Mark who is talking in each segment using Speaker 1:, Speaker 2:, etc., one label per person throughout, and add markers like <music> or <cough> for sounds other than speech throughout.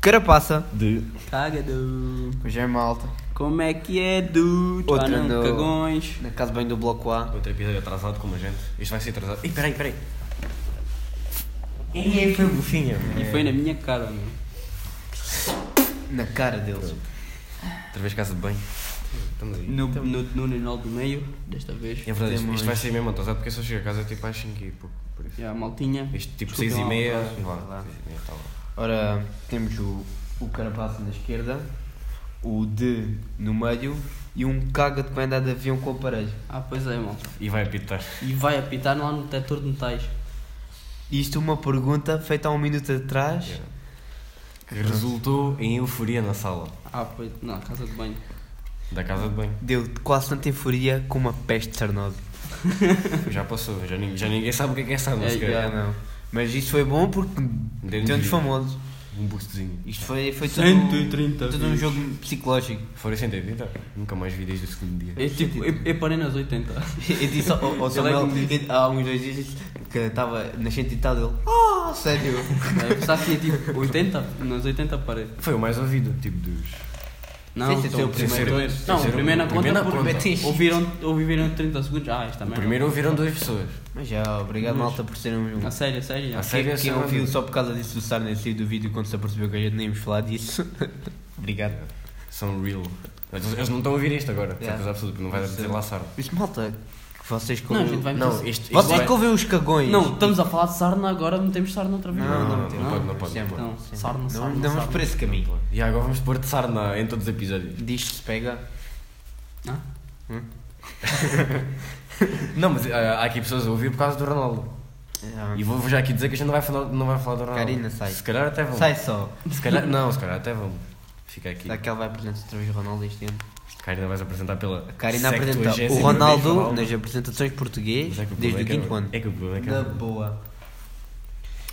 Speaker 1: Carapaça.
Speaker 2: De.
Speaker 3: Caga, du.
Speaker 1: Hoje é malta.
Speaker 3: Como é que é, du? Ah,
Speaker 1: Outra
Speaker 3: não,
Speaker 1: no-
Speaker 3: cagões.
Speaker 1: Na casa bem do bloco A.
Speaker 2: Outro episódio atrasado como a gente. Isto vai ser atrasado. Ih, peraí, peraí.
Speaker 1: E foi bufinha.
Speaker 3: E
Speaker 2: É.
Speaker 3: foi na minha cara, meu.
Speaker 1: Na cara deles.
Speaker 2: Outra vez casa de banho. Estamos aí.
Speaker 3: No, no, no Ninol do meio, desta vez.
Speaker 2: É verdade, isto,
Speaker 1: Temos-
Speaker 2: isto vai ser mesmo atrasado porque eu só chego a casa tipo às 5 e pouco. Por isso.
Speaker 3: E a maltinha.
Speaker 2: Isto tipo
Speaker 3: Desculpem
Speaker 2: 6 e
Speaker 3: lá o
Speaker 2: meia.
Speaker 3: atraso.
Speaker 2: vá,
Speaker 1: lá.
Speaker 2: seis e meia, tá bom.
Speaker 1: Ora, temos o, o Carapaça na esquerda, o D no meio e um caga de andar de avião com a parede.
Speaker 3: Ah, pois é, malta.
Speaker 2: E vai apitar.
Speaker 3: E vai apitar lá no detector de metais.
Speaker 1: Isto uma pergunta feita há um minuto atrás.
Speaker 2: Yeah. Que resultou em euforia na sala
Speaker 3: Ah, pois. Não, casa de banho.
Speaker 2: da casa de banho.
Speaker 1: Deu quase tanta euforia como uma peste de Chernobyl.
Speaker 2: Já passou, já, nin- já ninguém sabe o que é que é essa
Speaker 3: É,
Speaker 2: música.
Speaker 1: Já né? não. Mas isto foi bom porque deu-nos
Speaker 2: vida.
Speaker 1: famosos.
Speaker 2: Um boostzinho.
Speaker 1: Isto foi, foi tudo,
Speaker 3: 130
Speaker 1: tudo um
Speaker 3: views.
Speaker 1: jogo psicológico.
Speaker 2: Foram 180? Nunca mais vi desde o segundo dia.
Speaker 3: Eu, tipo, eu, eu parei nas
Speaker 1: <laughs>
Speaker 3: 80.
Speaker 1: Eu disse ao, ao Samuel
Speaker 3: Ele é que
Speaker 1: há uns dois dias que estava na gente e tal dele. Oh, sério?
Speaker 3: Eu pensava que tinha tipo 80, nas 80 parei.
Speaker 2: Foi o mais ouvido, tipo dos.
Speaker 3: Não,
Speaker 1: Sim, sim, sim,
Speaker 3: então,
Speaker 1: o primeiro.
Speaker 2: Sim,
Speaker 3: Não,
Speaker 2: sim,
Speaker 3: o primeiro na
Speaker 2: o um primeiro
Speaker 3: conta
Speaker 2: na conta.
Speaker 3: porque ouviram, ouviram 30 segundos. Ah, esta merda.
Speaker 2: Primeiro ouviram duas pessoas.
Speaker 1: Mas já, obrigado malta por serem um.
Speaker 3: A sério, Ah, a sério.
Speaker 2: A
Speaker 3: já.
Speaker 2: sério.
Speaker 1: Quem, quem
Speaker 2: são-
Speaker 1: ouviu só por causa disso do Sarna saiu do vídeo quando se apercebeu que a gente nem íamos falar disso. obrigado.
Speaker 2: São real. Mas Eles eles não estão a ouvir isto agora, de
Speaker 1: Yeah.
Speaker 2: certeza absoluta, porque não vai
Speaker 1: Sim.
Speaker 2: desenlaçar.
Speaker 1: Mas malta, que vocês que
Speaker 3: Não, a
Speaker 1: ouviu-
Speaker 3: gente vai
Speaker 2: Não,
Speaker 3: meter-
Speaker 2: isto. isto
Speaker 1: Vocês
Speaker 2: vai-
Speaker 1: que ouvem os cagões.
Speaker 3: Não, estamos a falar de sarna agora, metemos sarna outra vez.
Speaker 2: Não, não, não,
Speaker 3: metemos.
Speaker 2: pode, não pode.
Speaker 1: sempre.
Speaker 3: Não,
Speaker 1: sempre.
Speaker 3: sarna,
Speaker 1: Não,
Speaker 3: sarna,
Speaker 1: não vamos
Speaker 3: sarna.
Speaker 1: por esse caminho.
Speaker 2: E agora vamos pôr de sarna em todos os episódios.
Speaker 1: Disto se pega.
Speaker 3: Ah?
Speaker 2: Não, mas ah, há aqui pessoas a ouvir por causa do Ronaldo.
Speaker 1: eh,
Speaker 2: E vou já aqui dizer que a gente não vai falar, não vai falar do Ronaldo.
Speaker 1: Karina, sai.
Speaker 2: Se calhar até vamos.
Speaker 1: Sai só.
Speaker 2: Se calhar, não, se calhar até vamos. Fica aqui.
Speaker 1: Será que ela vai apresentar outra vez o Ronaldo este ano?
Speaker 2: Karina vais apresentar pela.
Speaker 1: A Karina apresenta
Speaker 2: 70ª
Speaker 1: o
Speaker 2: vez,
Speaker 1: Ronaldo
Speaker 2: fala-me.
Speaker 1: nas apresentações português
Speaker 2: Mas é que o
Speaker 1: desde o
Speaker 2: problema é que
Speaker 1: 5
Speaker 2: eu-
Speaker 1: ano.
Speaker 2: É que o problema é que
Speaker 1: Na
Speaker 2: eu-
Speaker 1: boa.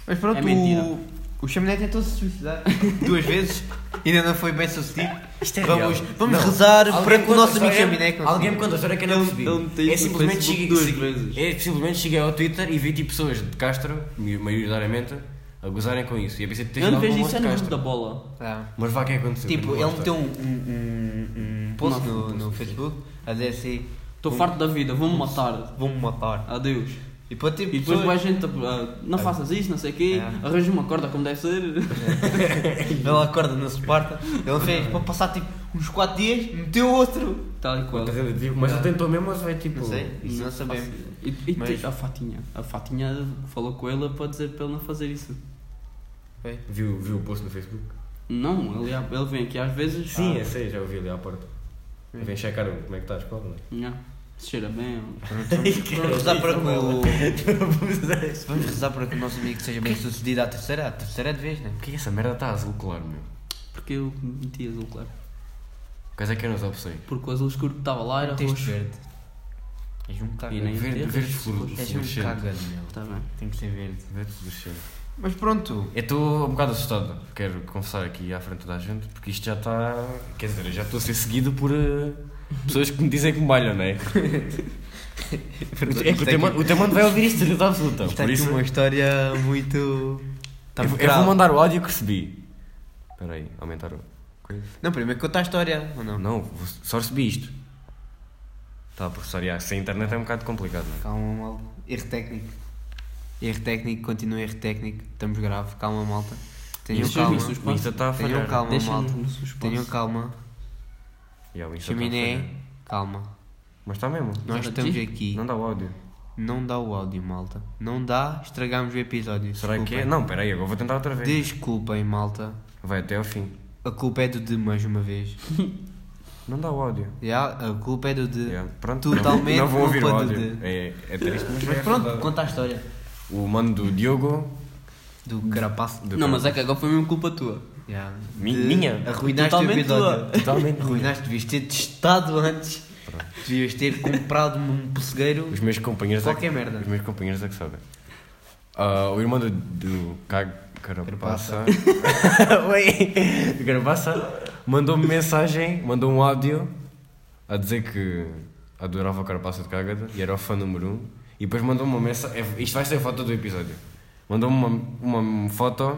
Speaker 1: Mas pronto,
Speaker 3: É mentira.
Speaker 1: o, o Chaminé tentou se suicidar <laughs> duas vezes, ainda não foi bem sucedido.
Speaker 2: Isto é
Speaker 1: vamos
Speaker 2: real.
Speaker 1: vamos
Speaker 2: Não.
Speaker 1: rezar
Speaker 2: Alguém
Speaker 1: para que
Speaker 2: conta
Speaker 1: o
Speaker 2: a
Speaker 1: nosso amigo
Speaker 2: história-
Speaker 1: Chaminé consiga.
Speaker 2: Alguém me conta a história que eu
Speaker 3: Ele-
Speaker 2: não percebi.
Speaker 3: ele meteu isso
Speaker 2: É
Speaker 3: no
Speaker 2: simplesmente
Speaker 3: Facebook
Speaker 2: cheguei,
Speaker 3: duas
Speaker 2: cheguei-
Speaker 3: vezes.
Speaker 2: é simplesmente cheguei ao Twitter e vi tipo pessoas de Castro, mi- maioritariamente, a gozarem com isso. E a pensei que
Speaker 3: Eu não vejo isso é no grupo da bola.
Speaker 1: Ah.
Speaker 2: Mas vá, o que é que aconteceu?
Speaker 1: Tipo,
Speaker 2: Eu não
Speaker 1: ele
Speaker 2: gosto.
Speaker 1: meteu um, um, um, um post no, no Facebook a dizer assim:
Speaker 3: Estou farto da vida, vou-me matar.
Speaker 1: vão-me matar.
Speaker 3: Adeus.
Speaker 1: E depois, tipo,
Speaker 3: E depois
Speaker 1: pessoas- <laughs>
Speaker 2: é-
Speaker 3: vai gente, ah, não faças isso, não sei o quê,
Speaker 1: É.
Speaker 3: arranja uma corda como deve ser. <laughs>
Speaker 1: Ele acorda no Sparta, ele fez para passar tipo uns 4 dias, meteu outro.
Speaker 3: Tal e qual.
Speaker 2: Estás a ver? Tipo, Mas ele tentou mesmo, mas vai tipo.
Speaker 1: Não sei, isso é não sabemos.
Speaker 3: E, e
Speaker 1: Mas-
Speaker 3: te- a Fatinha. A Fatinha falou com ela para dizer para ele não fazer isso.
Speaker 1: Foi.
Speaker 2: Viu, viu o post no Facebook?
Speaker 3: Não, ele, ele vem aqui às vezes.
Speaker 2: Sim,
Speaker 3: ah,
Speaker 2: é sei, já ouvi ali à porta. Vem checar o- como é que está a escola, não é?
Speaker 3: não, se cheira bem. ou-
Speaker 1: Vamos rezar para que o. Vamos rezar para que o nosso amigo seja bem sucedido à terceira, à terceira é de vez, né?
Speaker 2: Porquê que essa merda está azul claro, meu?
Speaker 3: Porque eu meti azul claro.
Speaker 2: Quais é que eram as opções?
Speaker 3: Porque o azul escuro que estava lá era
Speaker 1: Teste
Speaker 3: roxo.
Speaker 1: verde. És um caga.
Speaker 3: E nem-
Speaker 2: Verde,
Speaker 3: verde,
Speaker 2: verde fluorescente.
Speaker 1: És um caga, meu.
Speaker 3: Tá bem.
Speaker 1: Tem que ser verde.
Speaker 2: Verde fluorescente.
Speaker 1: Mas pronto.
Speaker 2: Eu estou um bocado assustado, quero confessar aqui à frente da gente, porque isto já está. Quer dizer, eu já estou a ser seguido por eh, pessoas que me dizem que me
Speaker 1: <laughs>
Speaker 2: malham, não é? É que o teu mano- o teu mano vai ouvir isto, certeza absoluta.
Speaker 1: Está
Speaker 2: Por
Speaker 1: aqui
Speaker 2: isso,
Speaker 1: uma história muito. Tá
Speaker 2: eu,
Speaker 1: muito
Speaker 2: eu vou
Speaker 1: grave.
Speaker 2: mandar o áudio que recebi. Espera aí, aumentar o. coisa.
Speaker 1: Não, primeiro conta a história, ou não?
Speaker 2: Não, vou- só recebi isto. Tá, professor, já, sem internet é um bocado complicado, não é?
Speaker 1: Calma, malta. Erro técnico. Erro técnico, continua erro técnico. Estamos grave. Calma, malta. Tenham
Speaker 3: Isto
Speaker 1: calma.
Speaker 3: é um
Speaker 2: O Insta está a falhar.
Speaker 1: Tenham calma,
Speaker 3: Deixa-me
Speaker 1: malta.
Speaker 3: no suspense.
Speaker 1: Tenham calma.
Speaker 2: Já, o Insta tá a
Speaker 1: Chaminé,
Speaker 2: falhar.
Speaker 1: calma.
Speaker 2: Mas está mesmo.
Speaker 1: Nós
Speaker 3: Será
Speaker 1: estamos
Speaker 3: que-
Speaker 1: aqui.
Speaker 2: Não dá o áudio.
Speaker 1: Não dá o áudio, malta. Não dá, estragámos o episódio.
Speaker 2: Será que é?
Speaker 1: Desculpem.
Speaker 2: Não, espera aí, agora vou tentar outra vez.
Speaker 1: Desculpem, malta.
Speaker 2: Vai até ao fim.
Speaker 1: A culpa é do de mais uma
Speaker 2: <laughs>
Speaker 1: vez.
Speaker 2: Não dá o áudio.
Speaker 1: Já, a culpa é do de.
Speaker 2: Yeah, Pronto,
Speaker 1: Totalmente
Speaker 2: não, não vou ouvir o
Speaker 1: culpa do
Speaker 2: áudio.
Speaker 1: de.
Speaker 2: É, é triste, mas,
Speaker 1: Mas pronto, conta a história.
Speaker 2: O mano do Diogo.
Speaker 1: Do carapaço.
Speaker 2: do-
Speaker 3: Não, mas é que agora foi mesmo culpa tua.
Speaker 1: Yeah.
Speaker 2: Mi-
Speaker 1: De-
Speaker 2: minha?
Speaker 1: Arruinaste
Speaker 3: Totalmente
Speaker 1: o episódio.
Speaker 3: tua.
Speaker 2: Totalmente
Speaker 1: <laughs> Arruinaste, devias ter testado antes. Devias ter comprado um pessegueiro.
Speaker 2: Os meus companheiros é
Speaker 1: Qualquer
Speaker 2: que,
Speaker 1: merda.
Speaker 2: Os meus companheiros é que sabem. Ah, o irmão do, do Cag Carapaça. Oi! Do Carapaça mandou-me mensagem, mandou um áudio a dizer que adorava o Carapaça de Cagada e era o fã número 1. Um. E depois é, mandou-me uma mensagem. Isto vai ser a foto do episódio. Mandou-me uma, uma foto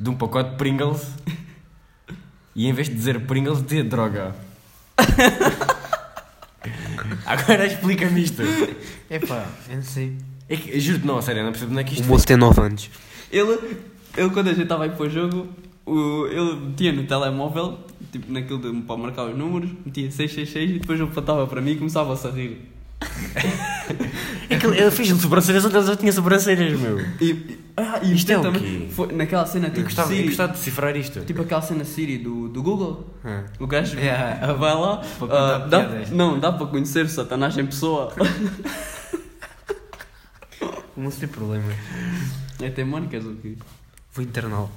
Speaker 2: de um pacote de Pringles e em vez de dizer Pringles, dizia droga. Agora explica-me isto.
Speaker 1: Epá, eu não sei.
Speaker 2: É que, eu juro-te, não, a sério, eu não percebo onde é que
Speaker 1: O
Speaker 2: isto
Speaker 1: moço tem 9 anos.
Speaker 3: Ele, ele quando a gente estava aí para o jogo, o- ele metia no telemóvel, tipo naquilo de, para marcar os números, metia 666 e depois ele patava para mim e começava-se a rir.
Speaker 2: É que ele fez-lhe sobrancelhas, outras eu tinha sobrancelhas, meu.
Speaker 3: E, e, ah, e
Speaker 2: Isto é o
Speaker 3: também
Speaker 2: quê?
Speaker 3: foi naquela cena tipo
Speaker 2: Eu gostava, eu
Speaker 3: Siri,
Speaker 2: gostava de decifrar isto.
Speaker 3: tipo aquela cena Siri do, do Google.
Speaker 1: Ah,
Speaker 3: O gajo
Speaker 2: É.
Speaker 1: Yeah.
Speaker 3: vai lá,
Speaker 1: Para
Speaker 3: ah,
Speaker 1: contar
Speaker 3: dá-
Speaker 1: piadas.
Speaker 3: não, dá para conhecer Satanás em pessoa. <laughs>
Speaker 1: O moço tem problemas.
Speaker 3: é até Mónicas o quê?
Speaker 1: Vou interná-lo.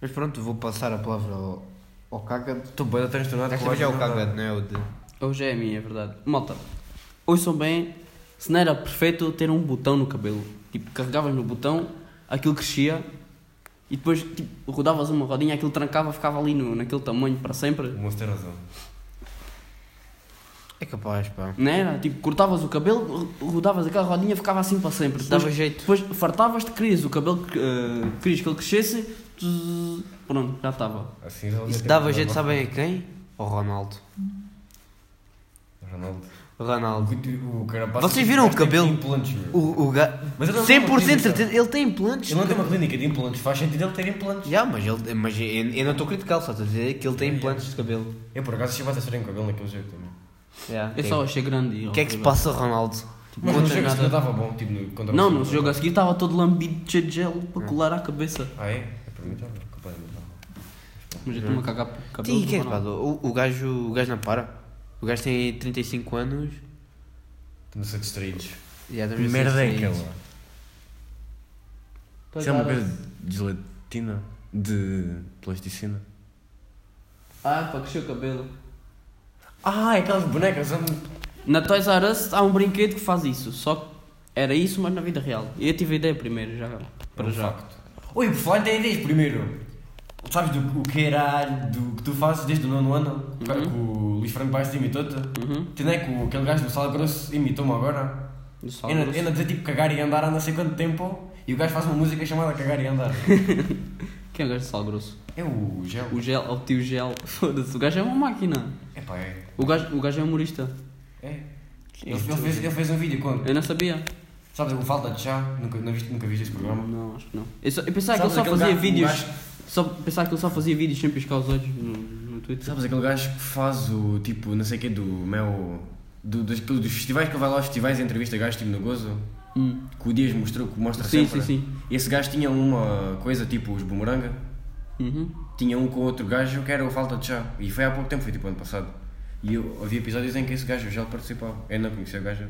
Speaker 1: Mas pronto, vou passar a palavra ao, ao Cagado.
Speaker 2: Estou bem transtornado
Speaker 1: Desta
Speaker 2: com
Speaker 1: vez é o
Speaker 2: áudio,
Speaker 1: Cagado, não é o de.
Speaker 3: Hoje é a minha, é verdade. Malta, ouçam bem, se não era perfeito ter um botão no cabelo. Tipo, carregavas no botão, aquilo crescia e depois tipo, rodavas uma rodinha, aquilo trancava, ficava ali no, naquele tamanho para
Speaker 2: O
Speaker 3: sempre.
Speaker 2: moço tem razão.
Speaker 1: É capaz, pá.
Speaker 3: Não era? Tipo, cortavas o cabelo, ro- rodavas aquela rodinha, ficava assim para sempre. Depois,
Speaker 1: Dava jeito.
Speaker 3: Depois fartavas-te, querias o cabelo, que, eh, querias que ele crescesse, tu- pronto, já estava.
Speaker 2: Assim, ele
Speaker 1: Isso
Speaker 2: tem
Speaker 1: dava
Speaker 2: razão.
Speaker 1: jeito, sabem a quem? Ao Ronaldo.
Speaker 2: Ronaldo.
Speaker 1: Ronaldo.
Speaker 2: O, o carapaço- tipo,
Speaker 1: Vocês viram o
Speaker 2: Tem
Speaker 1: cabelo?
Speaker 2: Implantes, meu.
Speaker 1: O, o ga...
Speaker 2: Mas ele não é
Speaker 1: 100%
Speaker 2: tem
Speaker 1: de certeza, ele tem implantes.
Speaker 2: Ele não tem uma clínica de implantes, faz sentido ele ter implantes.
Speaker 1: Já, mas, ele, mas eu, eu não estou a criticar, só estou a dizer que ele
Speaker 2: É,
Speaker 1: tem implantes de cabelo.
Speaker 2: Eu por acaso achei mais estranho o cabelo naquele jogo também.
Speaker 1: Já,
Speaker 3: Eu
Speaker 1: tem.
Speaker 3: É só achei grande. e
Speaker 1: O que é que se
Speaker 3: horrível.
Speaker 1: passa, Ronaldo?
Speaker 2: Mas
Speaker 3: Tipo, Não
Speaker 2: no
Speaker 3: tem
Speaker 2: jogo
Speaker 3: nada.
Speaker 2: assim, estava bom, tipo, no- contra
Speaker 3: Não,
Speaker 2: o-
Speaker 3: no jogo assim. a seguir estava todo lambido, cheio de gel,
Speaker 1: É.
Speaker 3: para colar à cabeça.
Speaker 2: Ah, é? É para mim, estava completamente normal.
Speaker 3: Mas eu estou-me a cagar por cabelo.
Speaker 1: Sim, o que é que se
Speaker 3: do Ronaldo.
Speaker 1: passa? O, o, gajo, o gajo não para. O gajo tem 35 anos.
Speaker 2: Estamos a ser distraídos.
Speaker 1: Já estamos a ser
Speaker 2: Merda é
Speaker 1: distraídos.
Speaker 2: aquela. Isso é uma coisa de gelatina? De plasticina?
Speaker 3: Ah, para crescer o cabelo.
Speaker 2: Ah, é aquelas bonecas onde...
Speaker 3: Na Toys R Us há um brinquedo que faz isso, só que era isso, mas na vida real. E eu tive a ideia primeiro, já. Para já.
Speaker 2: Oi, por falar tem ideias primeiro. Sabes do, o que era do que tu fazes desde o nono ano? Que o Luís Franco Baixo imitou-te?
Speaker 3: Uhum.
Speaker 2: Tu não é que o- aquele gajo do Sal Grosso imitou-me agora?
Speaker 3: Do sal
Speaker 2: Eu não-
Speaker 3: grosso.
Speaker 2: eu não dizer tipo cagar e andar há não sei quanto tempo e o gajo faz uma música chamada Cagar e Andar.
Speaker 3: Quem é o gajo de sal grosso?
Speaker 2: É o gel.
Speaker 3: O gel, o tio gel. Foda-se, o gajo é uma máquina.
Speaker 2: É pá, é.
Speaker 3: O gajo, o gajo é humorista.
Speaker 2: É. Ele, ele fez, ele fez um vídeo com.
Speaker 3: Eu não sabia.
Speaker 2: Sabes o Falta de Chá? Nunca, não viste, nunca viste esse programa?
Speaker 3: Não, acho que não. Eu, só- eu pensava
Speaker 2: Sabes
Speaker 3: que ele só
Speaker 2: aquele
Speaker 3: fazia
Speaker 2: gajo-
Speaker 3: vídeos.
Speaker 2: o gajo-
Speaker 3: Só, pensava que ele só fazia vídeos sem piscar os olhos no, no Twitter.
Speaker 2: Sabes aquele gajo que faz o tipo, não sei o que, do meu. Do, dos, dos festivais que ele vai lá aos festivais e entrevista gajos tipo no gozo?
Speaker 3: Hum.
Speaker 2: Que o Dias mostrou que mostra
Speaker 3: Sim,
Speaker 2: sempre. né?
Speaker 3: sim, sim.
Speaker 2: Esse gajo tinha uma coisa tipo os bumeranga,
Speaker 3: Uhum.
Speaker 2: tinha um com outro gajo que era o falta de chá. E foi há pouco tempo, foi tipo ano passado. E eu, havia episódios em que esse gajo já participava. Eu não conhecia o gajo.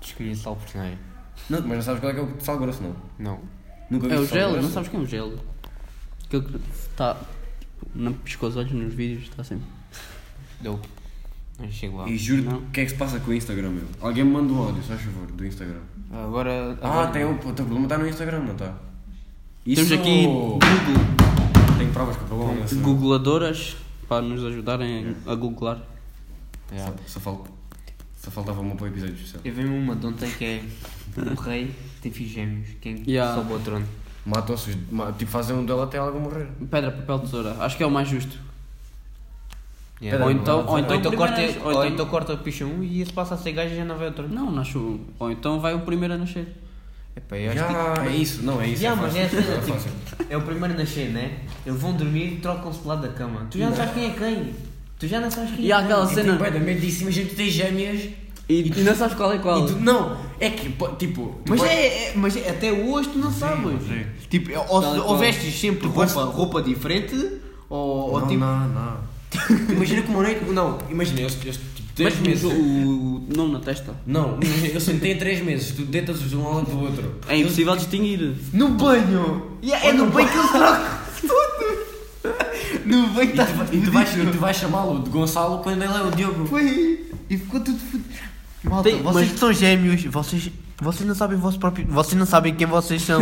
Speaker 1: Desconheço lá o personagem.
Speaker 2: Não, mas não sabes qual é que é o de sal grosso, não?
Speaker 1: Não.
Speaker 2: Nunca
Speaker 3: É
Speaker 2: viste
Speaker 3: o
Speaker 2: sal
Speaker 3: gel,
Speaker 2: grosso?
Speaker 3: não sabes quem é o gel? Aquele que está. Não piscou os olhos nos vídeos, está sempre.
Speaker 1: Deu. Não chego lá.
Speaker 2: E juro
Speaker 3: Não.
Speaker 2: o que é que se passa com o Instagram, meu? Alguém me manda um áudio, só favor, do Instagram.
Speaker 1: Agora.
Speaker 2: Ah,
Speaker 1: agora-
Speaker 2: tem o, o teu problema está no Instagram, não tá? está?
Speaker 3: Temos aqui Google,
Speaker 2: Tenho provas que o problema é esse.
Speaker 3: googladoras para nos ajudarem a googlar.
Speaker 1: Já.
Speaker 2: Só, só, fal- só faltava um para o episódio especial.
Speaker 1: Eu vi uma de ontem que é um rei tem filhos gêmeos. Quem
Speaker 3: Yeah.
Speaker 1: soube ao trono?
Speaker 2: Matam-se, os- ma- tipo, fazem um duelo até alguém morrer.
Speaker 3: Pedra, papel, tesoura. Acho que é o mais justo.
Speaker 1: Yeah.
Speaker 3: Ou
Speaker 2: Pedra,
Speaker 3: então,
Speaker 2: papel,
Speaker 3: ou
Speaker 1: Ou
Speaker 3: então,
Speaker 1: então, corta,
Speaker 3: primeiro-
Speaker 1: ou então corta o picha um e se passa a ser gajo e já não vai ao trono.
Speaker 3: Não, nasceu. Ou então vai o primeiro a nascer.
Speaker 1: Epá, eu acho
Speaker 2: Já, é isso, não, é isso.
Speaker 1: Já, mas
Speaker 2: fácil,
Speaker 1: é a cena,
Speaker 2: é
Speaker 1: tipo,
Speaker 2: fácil.
Speaker 1: É o primeiro a nascer, né? Eles vão dormir e trocam-se de lado da cama. Tu já não sabes quem é quem. Tu já não sabes quem
Speaker 3: E há
Speaker 1: é quem.
Speaker 3: aquela
Speaker 2: Eu tenho
Speaker 3: cena.
Speaker 2: tipo, bué de medo disso, imagina tu tens gêmeas
Speaker 3: E, e não sabes qual é qual.
Speaker 2: e tu... Não, é que, pô, tipo... tu
Speaker 1: Mas
Speaker 2: podes-
Speaker 1: é, é- mas é- até hoje tu não sabes.
Speaker 2: sim.
Speaker 1: Tipo, é- ou,
Speaker 3: Tal
Speaker 1: se-
Speaker 3: e
Speaker 1: ou
Speaker 3: qual.
Speaker 1: vestes sempre
Speaker 2: Tu
Speaker 1: roupa,
Speaker 2: podes-
Speaker 1: roupa diferente, ou, ou
Speaker 2: não,
Speaker 1: tipo.
Speaker 2: não, não. <laughs> imagina que uma noite... Não, imagina, eu, eu, tipo, três
Speaker 3: Mas
Speaker 2: meses...
Speaker 3: o, o, o nome na testa.
Speaker 2: Não, imagina, eu sentei três meses, tu deitas-os de um lado para o outro.
Speaker 3: É impossível distinguir.
Speaker 1: No banho! E é, é no banho que eles trocam tudo! No banho
Speaker 2: E
Speaker 1: está
Speaker 2: tu, vai- e tu
Speaker 1: <laughs>
Speaker 2: vais, e tu vais chamá-lo de Gonçalo quando ele é o Diogo.
Speaker 1: Foi! E ficou tudo fudido. Malta,
Speaker 3: Tem-
Speaker 1: vocês
Speaker 3: mas-
Speaker 1: que são gêmeos, vocês, vocês não sabem o vosso próprio. Vocês não sabem quem vocês são.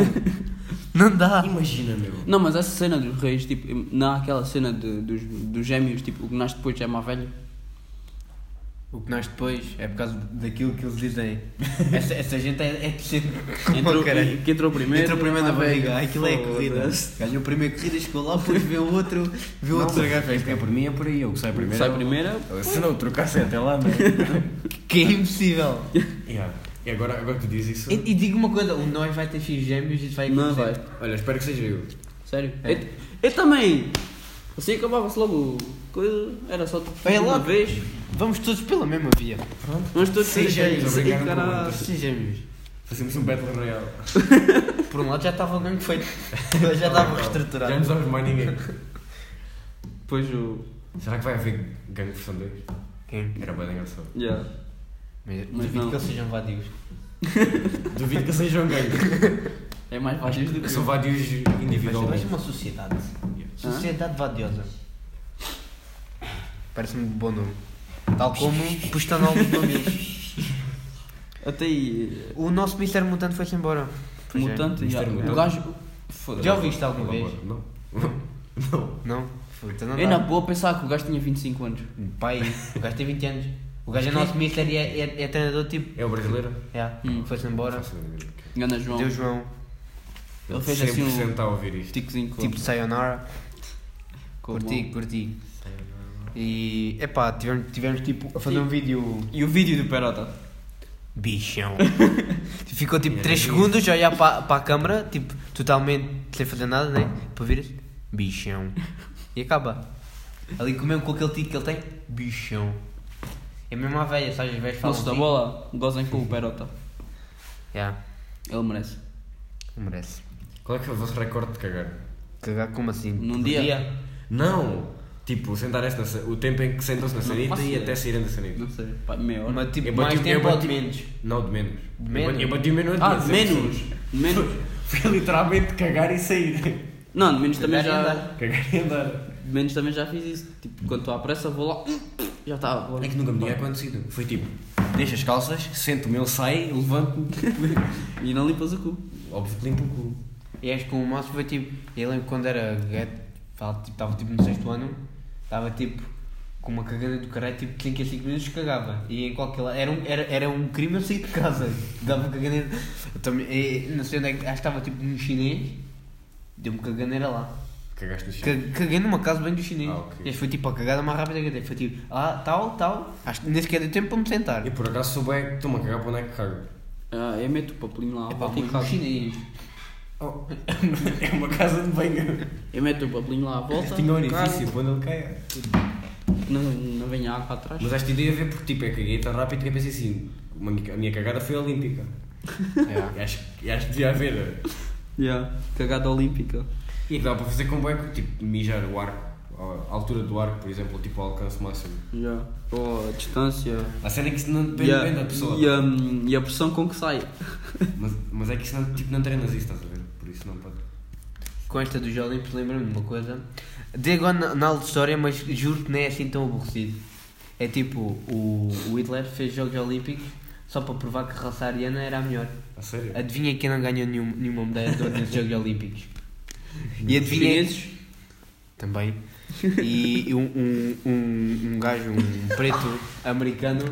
Speaker 1: não dá.
Speaker 2: Imagina, meu.
Speaker 3: Não, mas essa cena dos reis, tipo, não há aquela cena de- dos, dos gêmeos, tipo, o que nasce depois já é mais velho.
Speaker 1: O que nós depois é por causa daquilo que eles <laughs> dizem. Essa, essa gente é, é de gente como
Speaker 3: Entrou,
Speaker 1: o caralho.
Speaker 3: é que entrou primeiro.
Speaker 1: Entrou primeiro na
Speaker 3: vai
Speaker 1: barriga, Ah, aquilo é a corrida.
Speaker 3: foda-se.
Speaker 1: Ganhou o primeiro corrida, chegou lá, depois vê o outro, vê o
Speaker 2: Não,
Speaker 1: outro jogar
Speaker 2: é
Speaker 1: festa.
Speaker 2: por mim, é por aí. O que sai primeiro.
Speaker 3: Sai
Speaker 2: é o-
Speaker 3: primeiro.
Speaker 2: Se não, trocasse até lá, mano.
Speaker 1: Que é impossível.
Speaker 2: Yeah. E agora, agora tu dizes isso.
Speaker 1: E, e digo uma coisa, o nós vai ter X gêmeos e isso vai
Speaker 3: Não vai.
Speaker 1: acontecer.
Speaker 2: Olha, espero que seja eu.
Speaker 3: Sério.
Speaker 1: É.
Speaker 3: Eu, eu também. Assim acabava-se logo. Coisa. Era só tipo,
Speaker 1: Vai
Speaker 3: uma
Speaker 1: logo.
Speaker 3: vez.
Speaker 1: Vamos todos pela mesma via.
Speaker 2: Pronto.
Speaker 3: Mas todos
Speaker 1: Sim, é gente,
Speaker 3: Sim,
Speaker 2: obrigado.
Speaker 3: caralho.
Speaker 1: X assim, gêmeos.
Speaker 2: Fazemos um Battle Royale.
Speaker 1: Por um lado já estava mesmo feito. já estava
Speaker 2: <laughs> Já
Speaker 1: reestruturado.
Speaker 2: não somos mais ninguém.
Speaker 3: Depois o.
Speaker 2: Será que vai haver Gang versão 2? Quem? Era bem engraçado.
Speaker 3: Yeah.
Speaker 1: Mas,
Speaker 3: Mas
Speaker 1: duvido
Speaker 3: não.
Speaker 1: que eles sejam vadios.
Speaker 2: Duvido que sejam um gangue.
Speaker 3: É mais vários do que.
Speaker 2: São vários
Speaker 1: Mas
Speaker 2: individualmente.
Speaker 1: uma sociedade. Sociedade vadiosa. Parece-me um bom nome. Tal como Pustanol dos Nomes.
Speaker 3: Até aí. eh,
Speaker 1: O nosso Mr. Mutante foi-se embora. Pois é.
Speaker 3: Mutante.
Speaker 2: Mister
Speaker 3: yeah.
Speaker 2: Mutante.
Speaker 3: O gajo. Foda-se.
Speaker 1: Já ouviste alguma vez?
Speaker 2: Não. Não.
Speaker 1: Não? Puta, não
Speaker 3: Eu É, na
Speaker 1: dá. Um
Speaker 3: boa pensava que o gajo tinha 25 anos.
Speaker 1: Pai, o gajo tem 20 anos. O gajo é nosso Mr. e é, é, é treinador tipo.
Speaker 2: É o brasileiro?
Speaker 1: Yeah.
Speaker 3: Hum.
Speaker 1: Foi-se embora.
Speaker 3: Ganda João.
Speaker 1: Deu João.
Speaker 3: Ele fez assim um-
Speaker 2: 100% a ouvir isto.
Speaker 3: Ticozinho com
Speaker 1: Tipo sayonara.
Speaker 2: Tá
Speaker 3: com a mão.
Speaker 1: Curti, curti. E epá, tivemos, tivemos tipo a fazer um vídeo
Speaker 3: E o vídeo do Perota?
Speaker 2: <laughs>
Speaker 1: Bichão. Ficou tipo
Speaker 2: Era
Speaker 1: 3
Speaker 2: isso.
Speaker 1: segundos a olhar para a câmara, tipo, totalmente sem fazer nada, né? Para vires, bichão. E acaba. Ali comeu com aquele tico que ele tem, bichão. É mesmo a velha, sabe? As velhas falam.
Speaker 2: tá
Speaker 3: Moços da
Speaker 1: assim.
Speaker 3: bola, gozem com o Perota.
Speaker 1: Yeah,
Speaker 3: Ele merece.
Speaker 1: não merece.
Speaker 2: Qual é que é o vosso recorde de cagar?
Speaker 1: Cagar como assim?
Speaker 3: Num
Speaker 1: Por
Speaker 3: dia?
Speaker 2: Não! Tipo, sentarem-se na sa- o tempo em que sentam-se na sanita
Speaker 3: faço
Speaker 2: e
Speaker 3: ideia.
Speaker 2: até saírem da sanita.
Speaker 3: Não sei, pá, meia hora.
Speaker 1: Mas tipo,
Speaker 2: Eu
Speaker 1: mais
Speaker 2: bati- eu
Speaker 1: tempo ou de
Speaker 2: bati-
Speaker 1: menos?
Speaker 2: Não, de menos.
Speaker 1: De menos?
Speaker 2: Eu bati menos
Speaker 3: ah, de
Speaker 2: <laughs>
Speaker 3: menos! De menos?
Speaker 2: Foi literalmente cagar e sair.
Speaker 3: Não, de menos também
Speaker 1: Cagar e
Speaker 3: já.
Speaker 1: andar.
Speaker 2: Cagar e andar.
Speaker 3: De menos também já fiz isso. Tipo, quando estou à pressa vou lá. hum, Já está.
Speaker 2: É que nunca me tinha acontecido. Foi tipo, deixo as calças, sento o meu, sai, <laughs> levanto-me.
Speaker 3: E não limpas o cu.
Speaker 2: Óbvio que limpo o cu.
Speaker 1: E acho que o Moço foi tipo. Eu lembro quando era gato, estava tipo, tava, tipo no sexto ano, estava tipo com uma cagada do caralho, tipo 5 a 5 minutos cagava. E em qualquer lado. Era um, era, era um crime eu sair de casa. <laughs> Dava caganeira. Eu também, eh, não sei onde é que. Acho que estava tipo num chinês, deu-me caganeira lá.
Speaker 2: Cagaste no chão.
Speaker 1: Ca- Caguei numa casa bem do chinês.
Speaker 2: Ah, ok.
Speaker 1: E foi tipo a cagada mais rápida que eu dei. Foi tipo, ah, tal, tal. Acho que nem sequer deu tempo para me sentar.
Speaker 2: E por acaso sou bem, estou-me a cagar para onde é que cago.
Speaker 3: Ah, eu meto o papelinho lá.
Speaker 1: É pá,
Speaker 3: volto em
Speaker 1: um
Speaker 3: casa.
Speaker 1: chinês.
Speaker 2: <laughs> é uma casa de banho.
Speaker 3: Eu meto o papelinho lá à volta.
Speaker 2: Tinha um
Speaker 3: cago,
Speaker 2: orifício para onde ele caia.
Speaker 3: Não, não venha água atrás.
Speaker 2: Mas esta ideia veio porque tipo, eu caguei tão rápido que eu pensei assim, uma- a minha cagada foi olímpica. <laughs> E acho, e acho que devia haver. é?
Speaker 3: Yeah. Cagada olímpica.
Speaker 2: E dá para fazer com bueco, tipo mijar o arco, a altura do arco, por exemplo, tipo ao alcance máximo.
Speaker 3: Yeah. Ou a distância.
Speaker 2: A cena é que isso não depende
Speaker 3: e, a,
Speaker 2: bem da pessoa.
Speaker 3: e, a, e a pressão com que sai.
Speaker 2: Mas, mas é que isso não, tipo, não treinas isso, estás a ver? Por isso não pode.
Speaker 1: Com esta dos Olímpicos, lembro-me de uma coisa. Digo na na história, mas juro que nem é assim tão aborrecido. É tipo, o, o Hitler fez Jogos Olímpicos só para provar que a raça ariana era a melhor.
Speaker 2: A sério?
Speaker 1: Adivinha quem não ganhou nenhum- nenhuma medalha de ouro nos Jogos Olímpicos? E adivinha.
Speaker 3: Chineses.
Speaker 1: Também. E um, um, um, um gajo, um preto americano,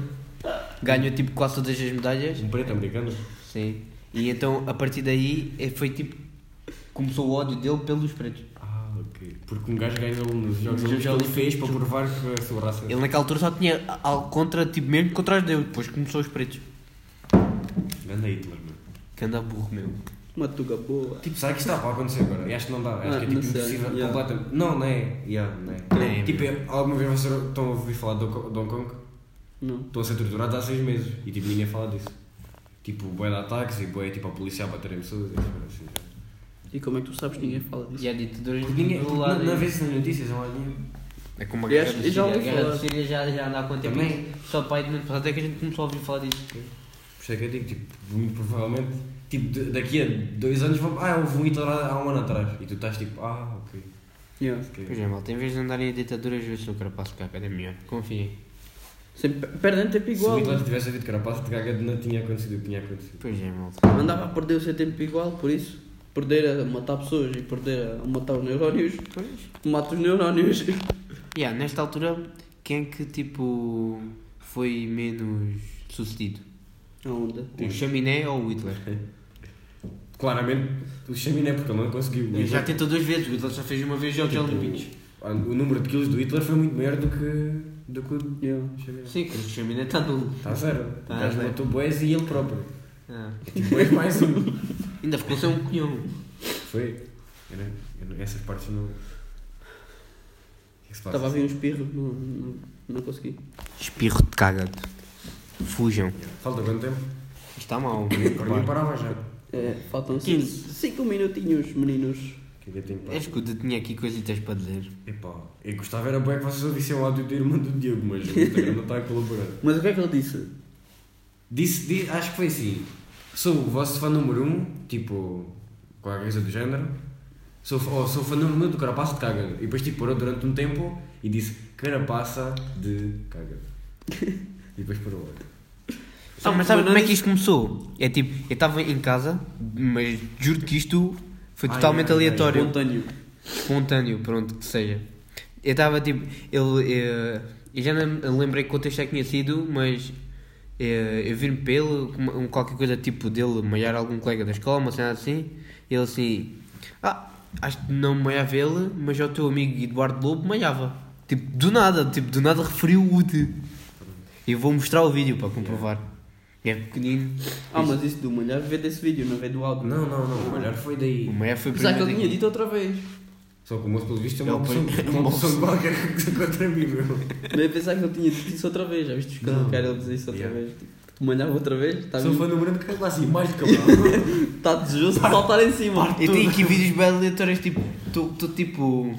Speaker 1: ganhou tipo quase todas as medalhas.
Speaker 2: Um preto americano?
Speaker 1: Sim. E então, a partir daí, eh, foi tipo. Começou o ódio dele pelos pretos.
Speaker 2: Ah, ok. Porque um gajo ganhou nos
Speaker 1: Jogos
Speaker 2: Jogos
Speaker 1: Olímpicos,
Speaker 2: Olímpicos ele
Speaker 1: ele
Speaker 2: fez para provar que a sua raça. é
Speaker 1: Ele naquela altura só tinha algo contra, tipo, mesmo contra os deuses. Depois começou os pretos.
Speaker 2: Ganda Hitler, é? mano.
Speaker 1: Que anda burro, meu.
Speaker 3: Uma tuga boa.
Speaker 2: Tipo, será que isto dá para acontecer agora? Eu acho que não dá. Acho
Speaker 3: Ah,
Speaker 2: que é
Speaker 3: não
Speaker 2: tipo
Speaker 3: sei,
Speaker 2: impossível
Speaker 3: yeah.
Speaker 2: completamente. Não, não é. Yeah, não é.
Speaker 1: É,
Speaker 2: tipo, é, alguma vez vocês estão a ouvir falar de Hong- de Hong Kong?
Speaker 3: Não.
Speaker 2: Estão a ser torturados há seis meses e tipo, ninguém fala disso. Tipo, boi de ataques e boi tipo a polícia a bater em pessoas e tipo, assim. já.
Speaker 3: E como é que tu sabes que ninguém fala disso?
Speaker 1: E é há ditaduras
Speaker 2: Porque ninguém.
Speaker 1: do lado.
Speaker 2: Não, não vê isso nas notícias, não há nenhum.
Speaker 1: É como
Speaker 3: a guerra do Síria.
Speaker 1: A
Speaker 3: A guerra
Speaker 1: guerra
Speaker 3: do
Speaker 1: Síria já, já anda há quanto tempo.
Speaker 2: Também.
Speaker 1: Só pai de muito passado é que a gente começou a ouvir falar disso.
Speaker 2: Por isso é que eu digo, tipo, muito provavelmente. Tipo, de- daqui a dois anos vão. Ah, houve um Hitler há há um ano atrás. E tu estás tipo, ah, ok.
Speaker 3: Yeah.
Speaker 1: Pois é, malta, em vez de andarem a ditaduras, eu sou carapaço de caca, é melhor. Confiem.
Speaker 3: Sempre perdem tempo
Speaker 2: Se
Speaker 3: igual.
Speaker 2: o Hitler tivesse havido carapaça de gaga, não tinha acontecido o que tinha acontecido.
Speaker 1: Pois é, malta.
Speaker 3: Andava a perder o seu tempo igual, por isso. Perder a matar pessoas e perder a matar os neurónios.
Speaker 1: é,
Speaker 3: Mata os neurónios.
Speaker 1: Yeah, nesta altura, quem que, é tipo, foi menos sucedido?
Speaker 3: Aonde?
Speaker 1: O Chaminé ou o Hitler?
Speaker 2: Claramente, o Chaminé, porque ele não conseguiu. O
Speaker 1: Ele
Speaker 2: Hitler-
Speaker 1: já tentou duas vezes, o Hitler já fez uma vez e aos
Speaker 2: Tipo,
Speaker 1: Olímpicos.
Speaker 2: O número de quilos do Hitler foi muito maior do que, do que o do
Speaker 3: Yeah.
Speaker 2: Chaminé.
Speaker 1: Sim, que o Chaminé tá está nulo.
Speaker 2: Está zero.
Speaker 1: Tá
Speaker 2: O gajo
Speaker 1: zero.
Speaker 2: matou boés e ele próprio.
Speaker 1: Ah.
Speaker 2: Depois mais um.
Speaker 1: Ainda ficou sem um cunhão.
Speaker 2: Foi. Eu não- eu não- essas partes não. O que é que se passa?
Speaker 3: Estava a vir um espirro, não, não, não consegui.
Speaker 1: Espirro de cagado. Fujam.
Speaker 2: Falta quanto tempo?
Speaker 1: Está mal.
Speaker 2: Para mim parava já.
Speaker 3: É, faltam
Speaker 1: Quinze.
Speaker 3: 5 minutinhos, meninos.
Speaker 2: Queria tempo.
Speaker 1: É escuta, eu tinha aqui coisitas para dizer.
Speaker 2: Epá, eu gostava era bem que vocês ouvissem o áudio do irmão do Diogo, mas o Instagram não está a colaborar.
Speaker 3: Mas o que é que ele disse?
Speaker 2: Disse, di- acho que foi assim. Sou o vosso fã número um, tipo, qualquer coisa do género. Sou, f- ou sou fã número um do Carapaça de Caga. E depois, tipo, parou durante um tempo e disse Carapaça de Caga. E depois parou outro.
Speaker 1: Ah, mas sabe como é que isto começou? É tipo, eu estava em casa, mas juro que isto foi
Speaker 2: Ai,
Speaker 1: totalmente
Speaker 2: ai, ai,
Speaker 1: aleatório.
Speaker 3: Espontâneo.
Speaker 1: espontâneo, pronto, que seja. Eu estava tipo, ele, eh, eu já não me lembrei que contexto é que tinha sido, mas eh, eu vi-me pelo, com- um qualquer coisa tipo dele, maiar algum colega da escola, uma cena assim, e ele assim, ah, acho que não maiava ele, mas já o teu amigo Eduardo Lobo maiava. Tipo, do nada, tipo, do nada referiu o de. Eu vou mostrar o vídeo para comprovar. É pequenino.
Speaker 3: Ah, mas isso do malhar veio desse vídeo, não veio do áudio.
Speaker 2: Não, não, não. O melhor foi daí.
Speaker 1: O Maia foi o
Speaker 3: Apesar que
Speaker 1: primeiro daqui.
Speaker 3: ele tinha dito outra vez.
Speaker 2: Só que o moço, pelo visto, é
Speaker 1: Ele
Speaker 2: uma opção.
Speaker 1: foi-
Speaker 2: <laughs> Uma opção qualquer coisa contra mim, meu.
Speaker 3: Não ia pensar que ele tinha dito isso outra vez. Já viste que eu
Speaker 2: Não.
Speaker 3: não quero ele dizer isso outra
Speaker 2: Yeah.
Speaker 3: vez. Tipo, tu malhava outra vez? Está
Speaker 2: Sou fã número um do Carapaça assim, mais de <laughs> cabral.
Speaker 3: tá desjusto de saltar em cima.
Speaker 1: Eu tenho aqui vídeos bem aleatórios, tipo, estou tipo.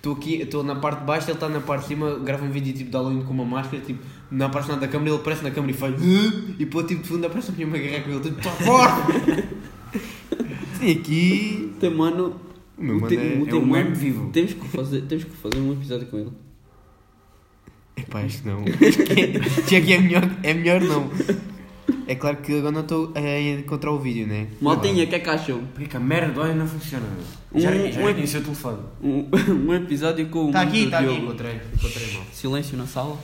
Speaker 1: Estou aqui, estou na parte de baixo, ele está na parte de cima, grava um vídeo tipo de Halloween com uma máscara, tipo, não aparece nada da câmera, ele aparece na câmera e faz. "Hã?" E pô, tipo, de fundo aparece a minha mãe agarrar com ele, tipo, está forte! <laughs> Tem aqui.
Speaker 3: Teu mano.
Speaker 1: O meu
Speaker 3: o
Speaker 1: mano
Speaker 3: teu-
Speaker 1: é-
Speaker 3: o
Speaker 1: é
Speaker 3: teu
Speaker 1: um
Speaker 3: mano-
Speaker 1: meme vivo.
Speaker 3: Temos que, fazer, temos que fazer um episódio com ele.
Speaker 1: Epá, acho que não. Acho que é- acho que é melhor, é melhor não. É claro que agora não estou a encontrar o vídeo, né?
Speaker 3: Maltinha, o que é que acham?
Speaker 2: Porquê que a merda olha não funciona?
Speaker 3: Um-
Speaker 2: Já,
Speaker 3: um-
Speaker 2: já iniciou o telefone.
Speaker 3: Um, <laughs> um episódio com o
Speaker 1: Está
Speaker 3: mano
Speaker 1: Tá aqui,
Speaker 3: do
Speaker 1: está aqui,
Speaker 3: Diogo.
Speaker 1: encontrei, encontrei mal.
Speaker 3: Silêncio na <laughs> sala.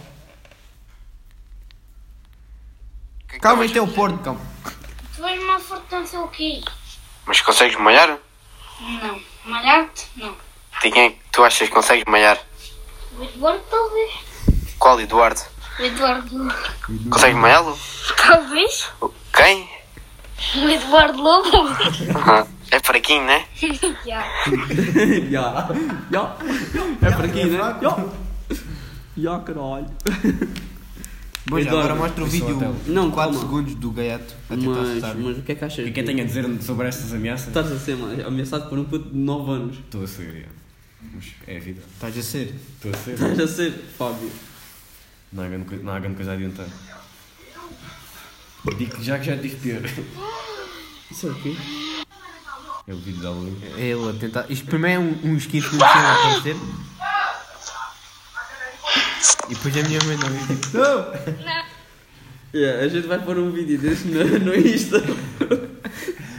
Speaker 1: Calma, este é o porno, calma.
Speaker 4: Tu és uma fortância o quê?
Speaker 5: Mas consegues malhar?
Speaker 4: Não. Malhar-te? Não.
Speaker 5: De quem é que tu achas que consegues malhar?
Speaker 4: O Eduardo talvez.
Speaker 5: Qual Eduardo?
Speaker 4: O Eduardo
Speaker 5: Consegues malhá-lo?
Speaker 4: Talvez?
Speaker 5: O- Quem?
Speaker 4: O Eduardo Lobo? <laughs>
Speaker 5: Aham. É fraquinho, né?
Speaker 4: Já.
Speaker 3: Já. Já. É para aqui, né? Já. Já, caralho.
Speaker 1: Mas
Speaker 3: Eduardo,
Speaker 1: agora mostra o
Speaker 2: foi só
Speaker 1: vídeo
Speaker 2: hotel.
Speaker 3: Não,
Speaker 1: 4
Speaker 3: calma.
Speaker 1: segundos do gaiato a tentar
Speaker 3: Mas,
Speaker 1: assustar.
Speaker 3: mas o que é que achas?
Speaker 2: E quem tem a dizer sobre estas ameaças?
Speaker 3: Estás a ser mano, ameaçado por um puto de 9 anos. <laughs>
Speaker 2: Estou a ser, é. Mas é a vida.
Speaker 1: Estás a ser?
Speaker 2: Estou a ser.
Speaker 3: Estás a ser, Fábio.
Speaker 2: Não há grande, coi- não há grande coisa a adiantar. Digo já que já tive pior.
Speaker 3: Isso é o quê?
Speaker 2: É o vídeo da Lua.
Speaker 1: É ele a tentar. Isto primeiro é um, um esquito que não tinha a aparecer. E depois a minha mãe não viu tipo. "Oh!"
Speaker 3: Yeah, a gente vai pôr um vídeo desse no, no Insta.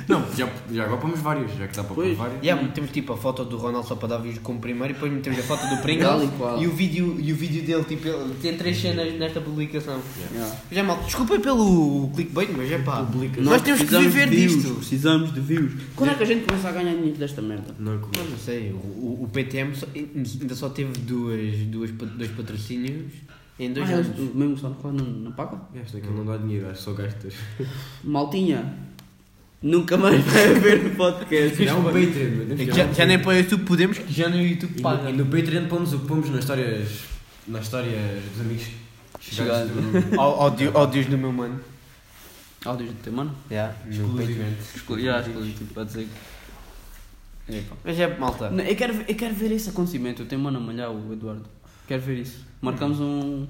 Speaker 2: Não, já, já agora pomos vários, já que dá para pôr
Speaker 3: Pois.
Speaker 2: vários.
Speaker 1: E yeah, metemos tipo a foto do Ronaldo só para dar views como primeiro e depois metemos a foto do
Speaker 3: Tal
Speaker 1: Pringles
Speaker 3: e qual.
Speaker 1: e o vídeo, e o vídeo dele, tipo, ele tem três cenas nesta publicação.
Speaker 3: Yeah.
Speaker 1: Já mal, desculpem pelo clickbait, mas é pá. Nós
Speaker 3: Nós
Speaker 1: temos que
Speaker 3: precisamos
Speaker 1: viver
Speaker 3: de views,
Speaker 1: disto.
Speaker 3: Precisamos de views. Quando é que a gente começa a ganhar dinheiro desta merda?
Speaker 2: Não, como... é?
Speaker 1: Eu não sei, o, o o PTM só- ainda só teve duas, duas, pa- dois patrocínios em dois
Speaker 3: Ah,
Speaker 1: anos.
Speaker 3: eles- o mesmo SoundCloud não, não paga?
Speaker 2: Esta aqui não dá dinheiro, acho é que só gastas.
Speaker 3: Maltinha. Nunca mais vai haver podcast.
Speaker 2: Já é um Patreon, meu Deus,
Speaker 1: É que
Speaker 2: já é
Speaker 1: Já,
Speaker 2: um
Speaker 1: já nem
Speaker 2: Patreon.
Speaker 1: para o YouTube podemos, que já no YouTube paga.
Speaker 2: E no, e no Patreon pomos o que pomos nas histórias, nas histórias dos amigos chegados do...
Speaker 1: Ódios ódios do meu mano.
Speaker 3: Áudios do teu mano?
Speaker 1: Já,
Speaker 2: Exclusivamente.
Speaker 3: Escolhi, já escolhi, tipo, a dizer que... Epa.
Speaker 1: Mas é malta.
Speaker 3: Não, eu, quero, ver- eu quero ver esse acontecimento. Eu tenho mano a malhar o Eduardo. Quero ver isso. Marcamos um,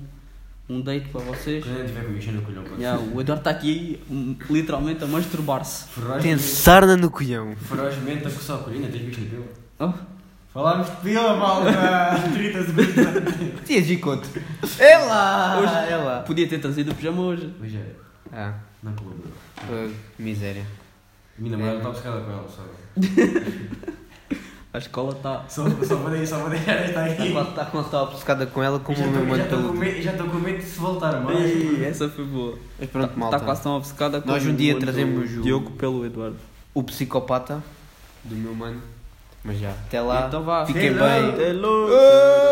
Speaker 3: um date para vocês.
Speaker 2: Quando eu tiver com o bicho no colhão, pode
Speaker 3: Yeah, o Eduardo está aqui um, literalmente a masturbar-se.
Speaker 1: Tem
Speaker 2: Ferozmente,
Speaker 1: sarna no colhão.
Speaker 2: ferozmente a coçar a colina, tens bicho na pila?
Speaker 3: Oh,
Speaker 2: Falámos de pila, <laughs> malta! 30 segundos.
Speaker 1: Tinha gicote. <laughs> É
Speaker 3: Ah,
Speaker 1: lá! Hoje... É lá.
Speaker 3: podia ter trazido o pijama hoje.
Speaker 2: Mas é,
Speaker 1: Ah,
Speaker 2: não colaborou.
Speaker 1: ah, miséria.
Speaker 2: É. Minha namorada está obcecada com ela, sabe?
Speaker 3: A escola
Speaker 1: tá,
Speaker 3: está.
Speaker 2: Só, só vou deixar, só vou deixar esta aqui.
Speaker 1: Está com a tá obcecada com ela como o meu
Speaker 2: Já
Speaker 1: mano
Speaker 2: estou com
Speaker 1: todo.
Speaker 2: medo- já estou com medo de se voltar, mas.
Speaker 3: Ei, essa foi boa.
Speaker 1: Mas pronto,
Speaker 3: Está
Speaker 1: malta.
Speaker 3: Tá, quase tão obcecada como
Speaker 1: Nós um dia
Speaker 3: o outro
Speaker 1: trazemos o-
Speaker 3: Diogo pelo Eduardo.
Speaker 1: O psicopata do meu mano. Mas já. É, Até lá.
Speaker 3: Então vá.
Speaker 1: Fiquem
Speaker 2: Hello.
Speaker 1: bem.
Speaker 3: Hello.